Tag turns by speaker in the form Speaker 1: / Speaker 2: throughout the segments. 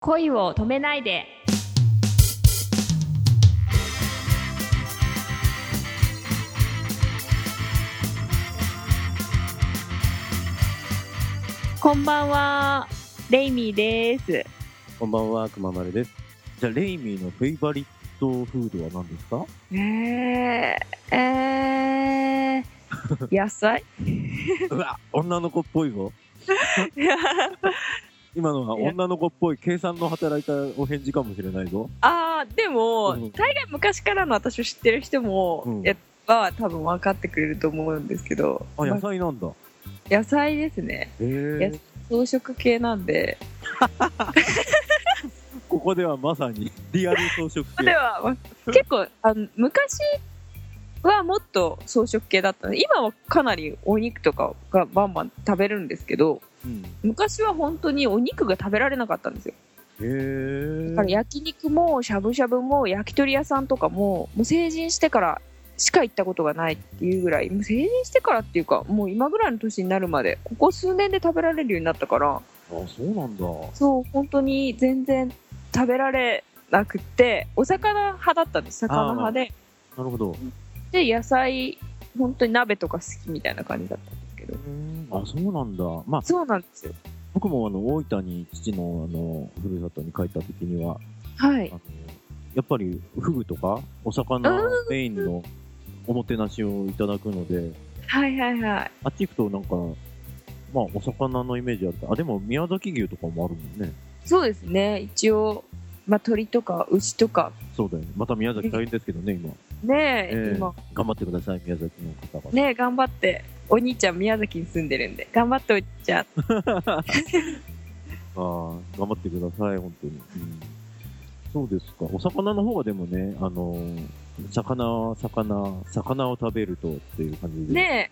Speaker 1: 恋を止めないで。こんばんは、レイミーです。
Speaker 2: こんばんは、くままるです。じゃあ、レイミーのフェイバリットフードは何ですか
Speaker 1: えー、えー、野菜
Speaker 2: うわ、女の子っぽいぞ。
Speaker 1: いや
Speaker 2: 今のは女の子っぽい計算の働いたお返事かもしれないぞ。
Speaker 1: あー、でも、
Speaker 2: うん
Speaker 1: 大概昔からの私を知ってる人も、
Speaker 2: うん
Speaker 1: やっぱ多分分かってくれると思うんですけど、
Speaker 2: あ、
Speaker 1: ま
Speaker 2: 野菜なんだ。へ
Speaker 1: 野菜ですね。
Speaker 2: え
Speaker 1: や。草食系なんで、
Speaker 2: ここではまさにリアル装飾
Speaker 1: で
Speaker 2: 系。
Speaker 1: は、まあ結構あの昔はもっと草食系だったの今はかなりお肉とかがバンバン食べるんですけど
Speaker 2: うん、へ
Speaker 1: 昔は本当にお肉が食べられなかったんですよだから
Speaker 2: え。
Speaker 1: 焼肉もしゃぶしゃぶも焼き鳥屋さんとかももう成人してからしか行ったことがないっていうぐらいもう成人してからっていうかもう今ぐらいの年になるまでここ数年で食べられるようになったから
Speaker 2: あ、そうなんだ。
Speaker 1: そう本当に全然食べられなくってお魚派だったんです魚派で
Speaker 2: なるほど。
Speaker 1: で野菜本当に鍋とか好きみたいな感じだったんですけど
Speaker 2: あ、そうなんだ。まあ、
Speaker 1: そうなんですよ
Speaker 2: 僕もあの大分に父のあのふるさとに帰った時には、
Speaker 1: はい
Speaker 2: あのやっぱりフグとかお魚メインのおもてなしをいただくので、
Speaker 1: はいはいはい
Speaker 2: あっち行くとなんか、まあお魚のイメージあるかあ、でも宮崎牛とかもあるもんね。
Speaker 1: そうですね一応、まあ、鳥とか牛とか
Speaker 2: そうだよね。また宮崎大変ですけどね、今。
Speaker 1: ねえ、
Speaker 2: ええ
Speaker 1: 今
Speaker 2: 頑張ってください、宮崎の方々。
Speaker 1: ねえ頑張ってお兄ちゃん宮崎に住んでるんで頑張っておいちゃん
Speaker 2: ああ、頑張ってください、本当に。うんそうですか。お魚の方がでもね、あのー魚は魚、魚を食べるとっていう感じで。
Speaker 1: ね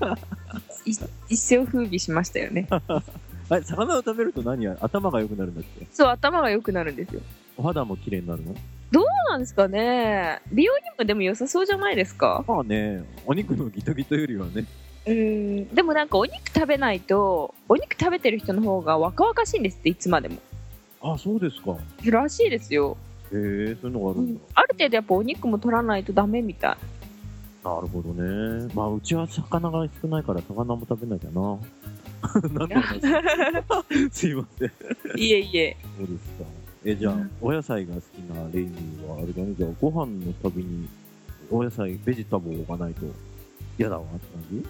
Speaker 1: えい一世を風靡しましたよ ね
Speaker 2: あれ魚を食べると何や頭が良くなるんだっけ
Speaker 1: そう頭が良くなるんですよ
Speaker 2: お肌も綺麗になるの
Speaker 1: そうなんですかね美容にもでも良さそうじゃないですか
Speaker 2: まあね、お肉のギトギトよりはね、
Speaker 1: うんでもなんかお肉食べないとお肉食べてる人の方が若々しいんですっていつまでも
Speaker 2: あ、そうですか。へ
Speaker 1: らしいですよ、
Speaker 2: えそういうのがあるんだ。
Speaker 1: ある程度やっぱお肉も取らないとダメみた
Speaker 2: なるほどね。まあ、うちは魚が少ないから、魚も食べなきゃな。 なんの話すいません。
Speaker 1: いいえいえ
Speaker 2: そうですか。え、じゃあ、お野菜が好きなレイミーは、あれだね、じゃあ、ご飯のたびに、お野菜、ベジタブルを置かないと嫌だわって感じ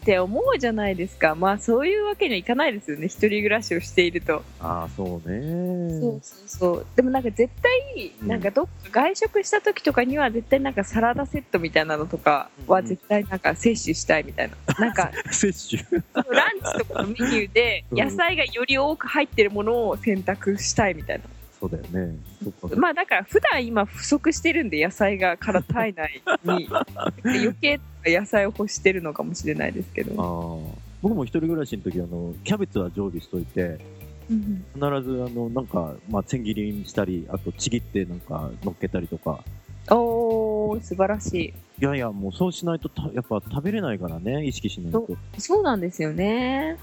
Speaker 1: って思うじゃないですかまあそういうわけにはいかないですよね一人暮らしをしていると、
Speaker 2: ああ、そうね。
Speaker 1: そうそうそうでもなんか絶対
Speaker 2: うん
Speaker 1: なんかどっか外食した時とかには絶対なんかサラダセットみたいなのとかは
Speaker 2: うん
Speaker 1: 絶対なんか摂取したいみたいな、なんか
Speaker 2: 摂取。
Speaker 1: ランチとかのメニューで
Speaker 2: うん
Speaker 1: 野菜がより多く入ってるものを選択したいみたいな
Speaker 2: そうだよね。そっか。
Speaker 1: まあだから普段今不足してるんで野菜がから体内に余計野菜を欲してるのかもしれないですけ
Speaker 2: あ
Speaker 1: ど、
Speaker 2: ー僕も一人暮らしの時あのキャベツは常備しといて
Speaker 1: うん
Speaker 2: 必ずあのなんか、まあ、千切りにしたりあとちぎってなんか乗っけたりとか
Speaker 1: おー素晴らし
Speaker 2: いやいやもうそうしないとたやっぱ食べれないからね意識しないと
Speaker 1: そいそうなんですよね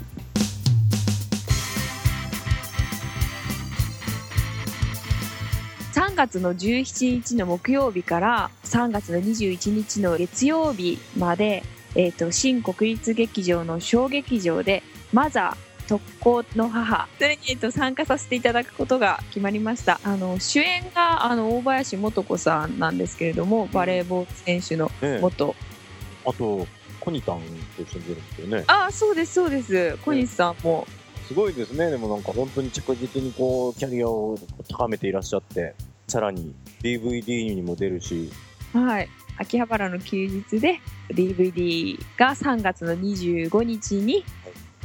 Speaker 1: 3月の17日の木曜日から3月の21日の月曜日まで、えー、と新国立劇場の小劇場で「マザー特攻の母」それに、えーと参加させていただくことが決まりましたあの主演があの大林素子さんなんですけれどもバレーボール選手の
Speaker 2: ええ
Speaker 1: 元
Speaker 2: あとコニタンと一緒に出るんですよね
Speaker 1: ああそうですそうです小西さんも、
Speaker 2: すごいですねでもなんか本当に着実にこうキャリアを高めていらっしゃってさらに DVD にも出るし
Speaker 1: はい秋葉原の休日で DVD が3月の25日に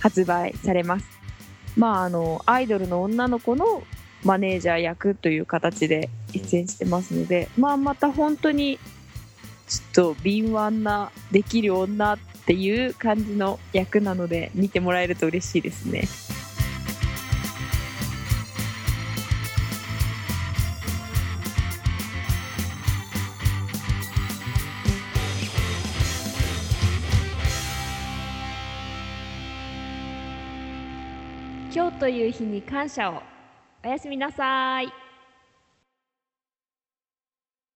Speaker 1: 発売されますまああのアイドルの女の子のマネージャー役という形で出演してますのでまあまた本当にちょっと敏腕なできる女っていう感じの役なので見てもらえると嬉しいですね今日という日に感謝を
Speaker 3: おやすみなさい。